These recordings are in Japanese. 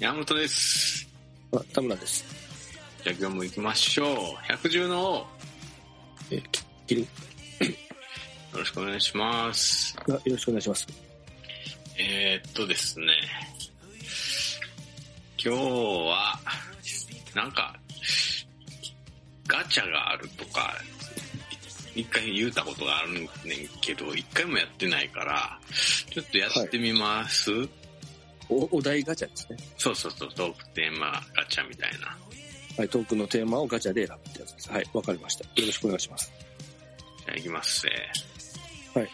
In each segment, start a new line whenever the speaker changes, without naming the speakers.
本です。
あ、田村です。
じゃあ今日も行きましょう。百獣の王、よ
えー、きキリン
ろしくお願いします。
あよろしくお願いします。
えー、っとですね。今日は、なんか、ガチャがあるとか、一回言うたことがあるねんけど、一回もやってないから、ちょっとやってみます、
お、お題ガチャですね。
そうそうそう、トークテーマガチャみたいな。
はい、トークのテーマをガチャで選ぶってやつです。はい、わかりました。よろしくお願いします。
じゃあ行きますね。
はい。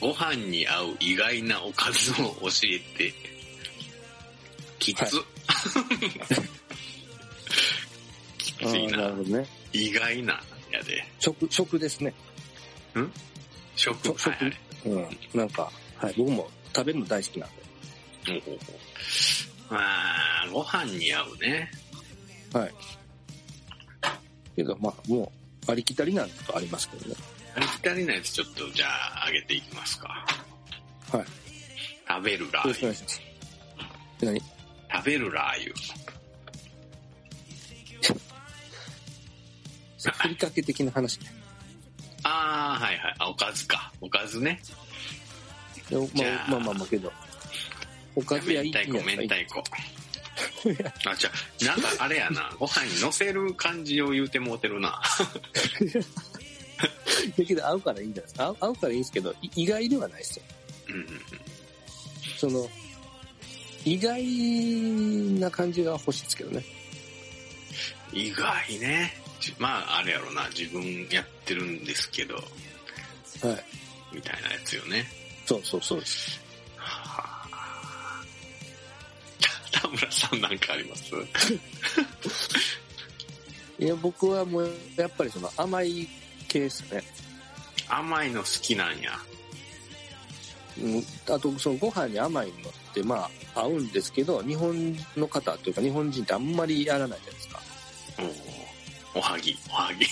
ご飯に合う意外なおかずを教えて。きつ。 きつい
ーなる
な。
ほどね。
意外な。やで。
食、食ですね。
食。
食
はいはい
うん。なんか、はい、僕も食べるの大好きなんで。
ほうほうほうまあ、ご飯に合うね。
けど、まあ、もう、ありきたりなんとかありますけどね。
ありきたりなやつちょっとじゃあ上げていきますか。
はい。
食べるラ
よろしくお
ー油。
願いします。何
食べるラー油。
ふりかけ的な話ね。
ああ、はいはい。あ、おかずか。おかずね。
でま
じゃ
あ
あ
まあまあまあけど。おかず
明
やいい
太子、
やつ
明
はい
太子。あ、じゃあなんかあれや な。ご飯に乗せる感じを言うてもうてるな。
だけど合うからいいんじゃないですか。合う合うからいいんですけど、い意外ではないですよ。
うんうんうん。
その、意外な感じが欲しいですけどね。
意外ね。じまあ、あれやろな。自分やってるんですけど、
はい。
みたいなやつよね。
そうそうそうです。
はあ田田村さんなんかあります
いや、僕はもう、やっぱりその甘い系ですね。
甘いの好きなんや。
うん。あと、そのご飯に甘いのって、まあ、合うんですけど、日本の方というか日本人ってあんまりやらないじゃないですか。
おーおはぎ、おはぎ。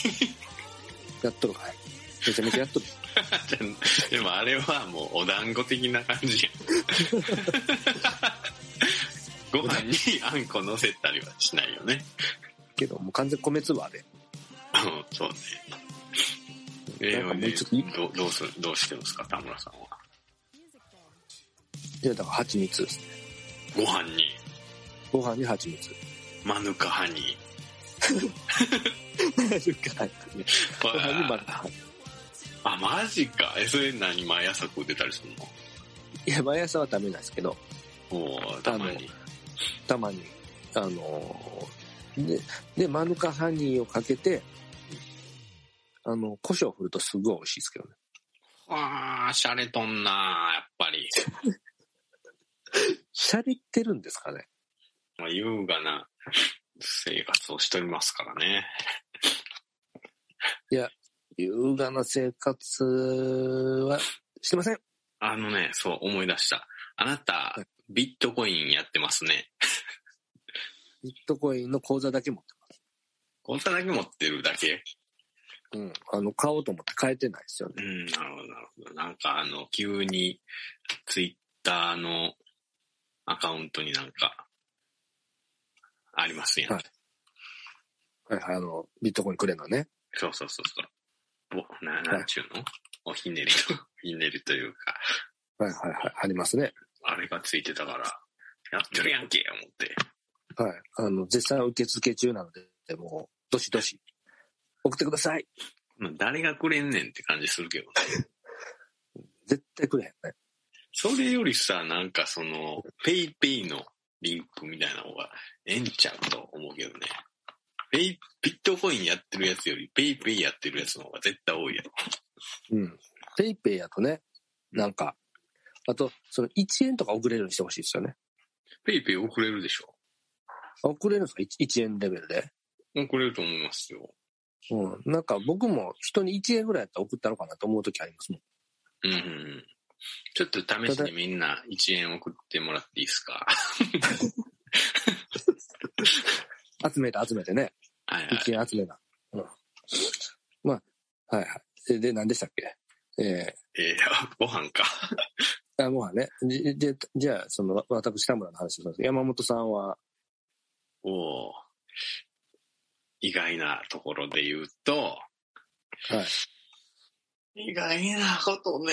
やっとるかい。めちゃめちゃやっとる。
でもあれはもうお団子的な感じ やご飯にあんこ乗せたりはしないよね。
けど、も う完全米粒で。
うん そうね。え
なんかもうちょっといい
どうどうするどうしてますか、田村さんは。
いや、だから蜂蜜ですね。
ご飯に、
ご飯に蜂 蜜。
マヌカハニ
はい。
ー。
ご飯にま
わ
だハニ
あ、マジか。え、それ何毎朝食うてたりするの
ー。いや、毎朝は食べないですけど、
おーたまに。
たまに。あのーで、で、マヌカハニーをかけて、あの、胡椒を振るとすごい美味しいですけどね。
わあ、シャレとんなやっぱり。
シャリってるんですかね
まあ、優雅な生活をしておりますからね。
優雅な生活はしてません。
あのね、そう、思い出した。あなた
は、
ビットコインやってますね。
ビットコインの口座だけ持って
口座だけ持ってるだけ。
ます。うん。あの、買おうと思って買えてないですよね。
うん、なるほど、なるほど。なんか、あの、急に、ツイッターのアカウントになんか、ありますやん。
はいはいはい、あの、ビットコインくれのね。
そうそうそうそう。お、な、なんちゅうの、おひねりと、 おひねりというか、
はいはいはい、ありますね。
あれがついてたから、やってるやんけ、思って。
はい。あの、絶賛受付中なので、もう、どしどし、送ってください。
まあ誰がくれんねんって感じするけどね。
絶対くれへんね。
それよりさ、なんかその、ペイペイのリンクみたいな方がええんちゃうと思うけどね。ペイ、ビットコインやってるやつより、ペイペイやってるやつの方が絶対多いやろ。
うん。ペイペイやとね、なんか、あと、その1円とか送れるようにしてほしいですよね。
ペイペイ遅れるでしょ
送れるんですか 1, 1円レベルで。
遅れると思いますよ。
うん。なんか僕も人に1円ぐらいやったら送ったのかなと思う時ありますもん。
うんうんうん。ちょっと試しにみんな1円送ってもらっていいですか
集めた集めてね。
はいはい。
1円集めた。うん。 まあ、はいはい。で、で何でしたっけえ
えー、ご飯か。
あもうね、じ、じゃ、じゃあ、その、わ私、田村の話をします。山本さんは、
おー意外なところで言うと、
はい。
意外なこと ね。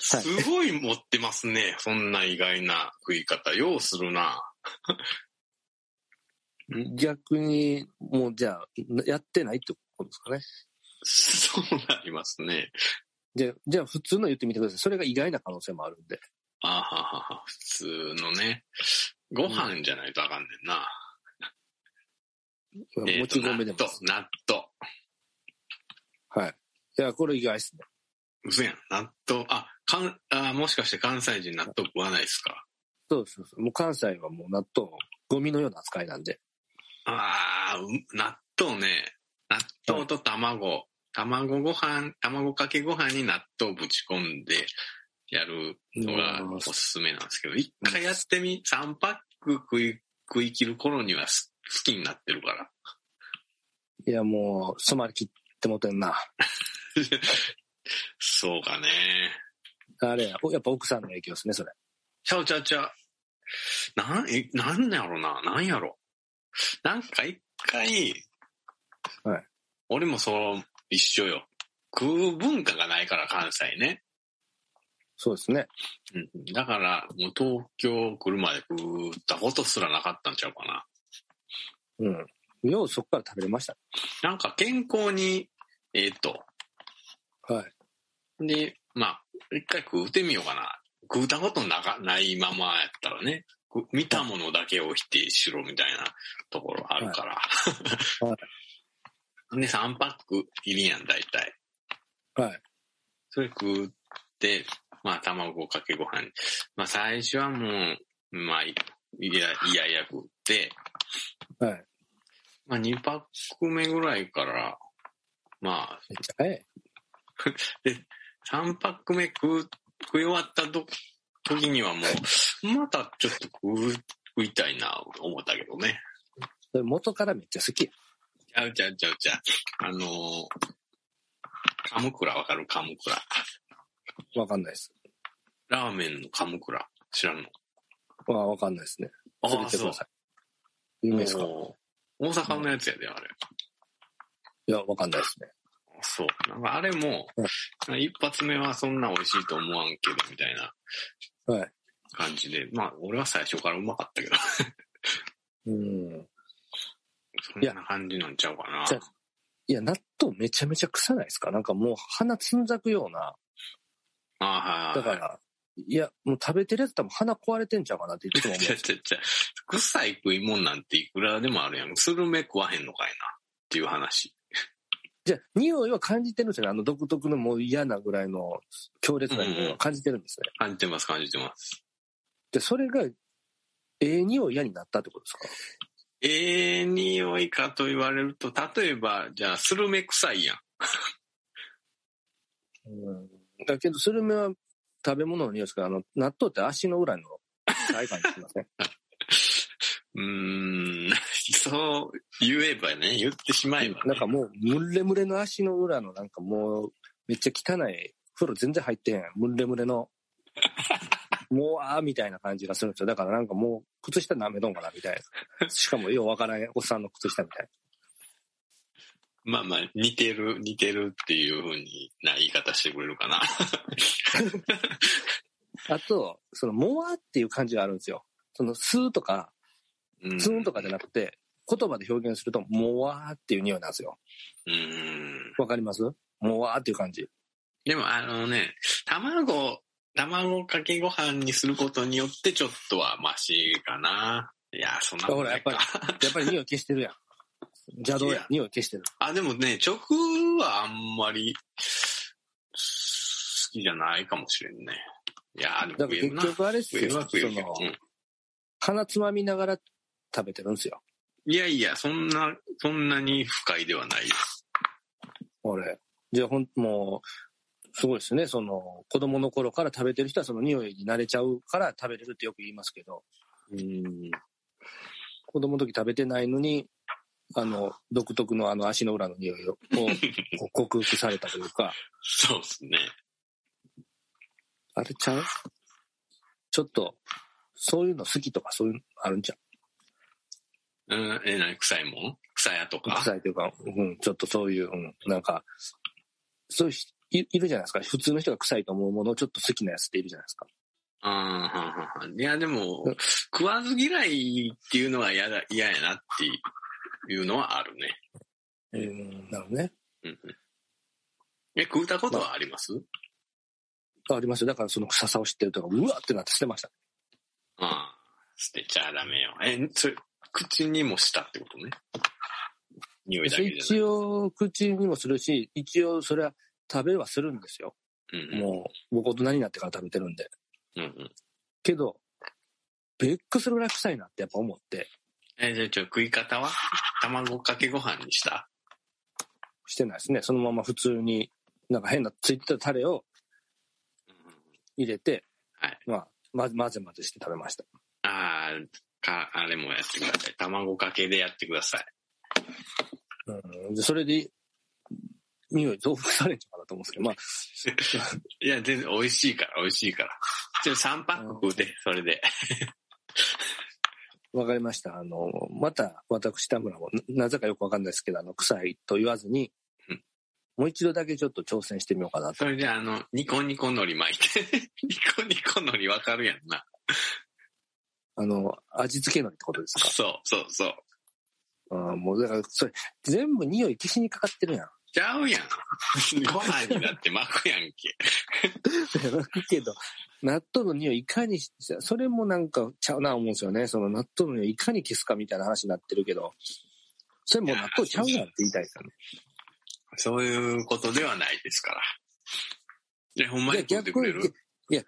すごい持ってますね。そんな意外な食い方。ようするな。
逆に、もう、じゃあ、やってないってことですかね。
そうなりますね。
じゃあ、じゃあ、普通の言ってみてください。それが意外な可能性もあるんで。
あははは、普通のね。ご飯じゃないとあかんねんな。えー
も
と
ち米でもで
納
す。
豆、納豆。
はい。いや、これ意外ですね。
嘘やん。納豆、あ、かん、あ、もしかして関西人納豆食わないですか
そうそうそう。もう関西はもう納豆、ゴミのような扱いなんで。
ああ、うん納豆ね。納豆と卵。卵ご飯、卵かけご飯に納豆ぶち込んでやるのが
うん
おすすめなんですけど、一回やってみ、3パック食い、食い切る頃にはす好きになってるから。
いや、もう、染まりきってもてんな。
そうかね。
あれや、おやっぱ奥さんの影響ですね、それ。
ちゃうちゃうちゃう。なん、え、なんやろな。なんやろ。なんか一回、
はい
俺もそう、一緒よ。食う文化がないから、関西ね。
そうですね。
うんだから、もう東京来るまで食ったことすらなかったんちゃうかな。
うん。ようそこから食べれました。
なんか健康に、えーっ、と、
はい。
で、まあ、一回食うてみようかな。食うたことなかないままやったらね、く見たものだけを否定しろみたいなところあるから。
は
で、3パック入りやん、大体。
はい。
それ食って、まあ、卵かけご飯。まあ、最初はもう、まあ、いいや、いやいや食って、
はい。
まあ、2パック目ぐらいから、まあ、
めっちゃ早い。
3パック目食う食い終わったと時にはもう、またちょっと食う食いたいな、思ったけどね。
それ元からめっちゃ好き
ち
や。
ゃうちゃうちゃうちゃう。あのー、カムクラわかるカムクラ。
わかんないです。
ラーメンのカムクラ。知らんの
わあわかんないですね。連れてください。有名ですかい
もう大阪のやつやで、あれ。
や、わかんないですね。
そう。なんかあれも、一発目はそんな美味しいと思わんけど、みたいな
はい。
感じで。まあ、俺は最初からうまかったけど。
うん。
そんな感じなんちゃうかな。
じゃあいや、納豆めちゃめちゃ臭ないですかなんかもう鼻つんざくような。
ああ、
だから、いや、もう食べてるやつ多分鼻壊れてんちゃうかなっていつも思
ちゃちゃちゃ。臭い食い物なんていくらでもあるやん。スルメ食わへんのかいな。っていう話。
じゃあ、匂いは感じてるんですよね。あの独特のもう嫌なぐらいの強烈な匂いは感じてるんですね。
感じてます、感じてます。
で、それが、ええ匂い嫌になったってことです
ええ匂いかと言われると、例えば、じゃあ、スルメ臭いやん。
かうん。だけど、スルメは食べ物の匂いですから、あの、納豆って足の裏の体感じしません。
うーん、 そう言えばね、言ってしまえば、ね。
なんかもう、ムレムレの足の裏のなんかもう、めっちゃ汚い、風呂全然入ってへん、ムレムレの、もうあーみたいな感じがするんですよ。だからなんかもう、靴下舐めとんかなみたいな。しかもようわからんおっさんの靴下みたい
まあまあ、似てる、似てるっていうふうにな言い方してくれるかな。
な。あと、その、もわーっていう感じがあるんですよ。その、スーとか、
うん
ツーンとかじゃなくて、言葉で表現すると、もわーっていう匂いなんですよ。
うん。
わかりますもわーっていう感じ。
でもあのね、卵、卵かけご飯にすることによってちょっとはマシかな。いや、そんなことない
ほら
か。
やっぱり匂い消してるやん。邪道やん。匂い消してる。
あ、でもね、直はあんまり好きじゃないかもしれんね。いや、でも
だか
食えるな。
ら結局あれっす
食え
よ。
る
そ
は食えるけど
の。
うん
鼻つまみながら食べてるんですよ。
いやいや、そんな、そんなに不快ではないです。
俺。じゃあほん、もう、すごいですね。その、子供の頃から食べてる人はその匂いに慣れちゃうから食べれるってよく言いますけど、
うん。
子供の時食べてないのに、あの、独特のあの足の裏の匂いを、こうこう克服されたというか、
そうですね。
あれちゃうちょっと、そういうの好きとかそういうのあるんちゃ
うん、え、何臭いもん臭屋と
う
か。
臭いというか、うん、ちょっとそういう、うん、なんか、そういう人いいるじゃないですか。普通の人が臭いと思うものをちょっと好きなやつっているじゃないですか。
うん、はんはんはんいや、でも
うん、
食わず嫌いっていうのは嫌だ、嫌やなっていうのはあるね。
うん、なるほどね。
うんうん。え、食うたことはあります、
ありますよ。だからその臭さを知ってるとか、うわってなって捨てました。
ああ、捨てちゃダメよ。え、それ、口にもしたってことね。匂いだけじゃない。
一応、口にもするし、一応、それは食べはするんですよ。
うんうん、
もう、僕大人になってから食べてるんで。
うんうん。
けど、ベックするぐらい臭いなってやっぱ思って、
え、じゃあ、ちょ、食い方は卵かけご飯にした
してないですね。そのまま普通に、なんか変なついてたタレを
うんうん
入れて、
はい
まあ、まぜ混ぜ混ぜして食べました。
ああ、か、あれもやってください。卵かけでやってください。
うん、でそれで、匂い増幅されんちゃうかなと思うんですけど、まあ、
いや、全然美味しいから、美味しいから。ちょ、3パック食うて、それで。
わかりました。あの、また私、田村も、ななぜかよくわかんないですけど、あの、臭いと言わずに、
うん
もう一度だけちょっと挑戦してみようかなと。
それじゃあ、あの、ニコニコ海苔巻いて。 ニコニコ海苔わかるやんな。
あの、味付けのりってことですか。
そう、そう、そう。
うん、もうだから、それ、全部匂い消しにかかってるやん。
ちゃうやん。ご飯になって巻くやんけ。
けど、納豆の匂いいかにし、それもなんかちゃうな思うんですよね。その納豆の匂いいかに消すかみたいな話になってるけど、それもう納豆ちゃうやんって言いたいですよね。
そういうことではないですから。え、ほんま
い
に
や、
食ってく
逆
れ
に、
る
いや、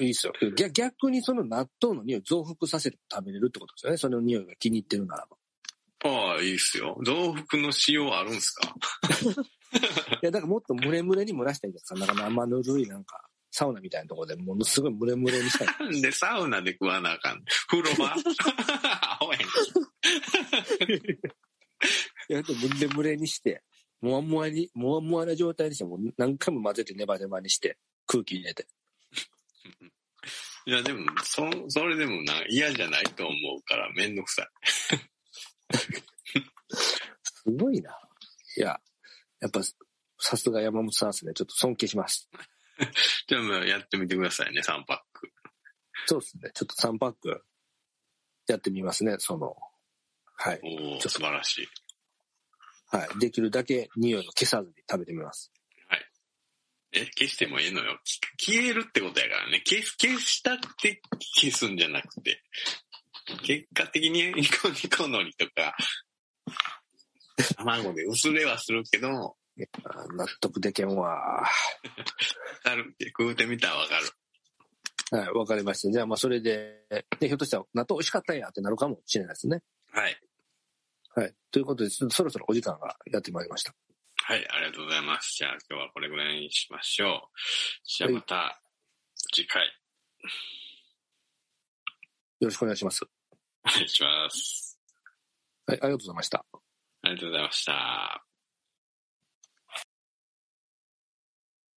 いいっす よ。逆逆にその納豆の匂いを増幅させて食べれるってことですよね。その匂いが気に入ってるならば。
ああ、いいっすよ。増幅の仕様あるんすか
いや、だからもっとムレムレに蒸らしたいんですか。なんか生ぬるいなんか、サウナみたいなところでものすごいムレムレにしたい。
なんでサウナで食わなあかん。風呂 場アホやん
いや、でもムレムレにして、もわもわに、もわもわな状態にして、もう何回も混ぜてネバネバにして、空気入れて。
いや、でも、そ、それでもな、嫌じゃないと思うから、めんどくさい。
すごいな。いや、やっぱ、さすが山本さんですね。ちょっと尊敬します。
じゃあ、もうやってみてくださいね、3パック。
そうですね。ちょっと3パック、やってみますね。その、はい。
おお
ちょっと
素晴らしい。
はい。できるだけ匂いを消さずに食べてみます。
え、消してもええのよ。き消えるってことやからね。消す、消したって消すんじゃなくて。結果的にニコニコのりとか、卵で薄れはするけど、わ
あー納得でけんわ。
かるって、食うてみたらわかる。
はい、わかりました。じゃあ、まあ、それで、で、ひょっとしたら、納豆美味しかったんやってなるかもしれないですね。
はい。
はい。ということで、ちょっとそろそろお時間がやってまいりました。
はい、ありがとうございます。じゃあ今日はこれぐらいにしましょう。じゃあまた、次回、
よろしくお願いします。
お願いします。
はい、ありがとうございました。
ありがとうございました。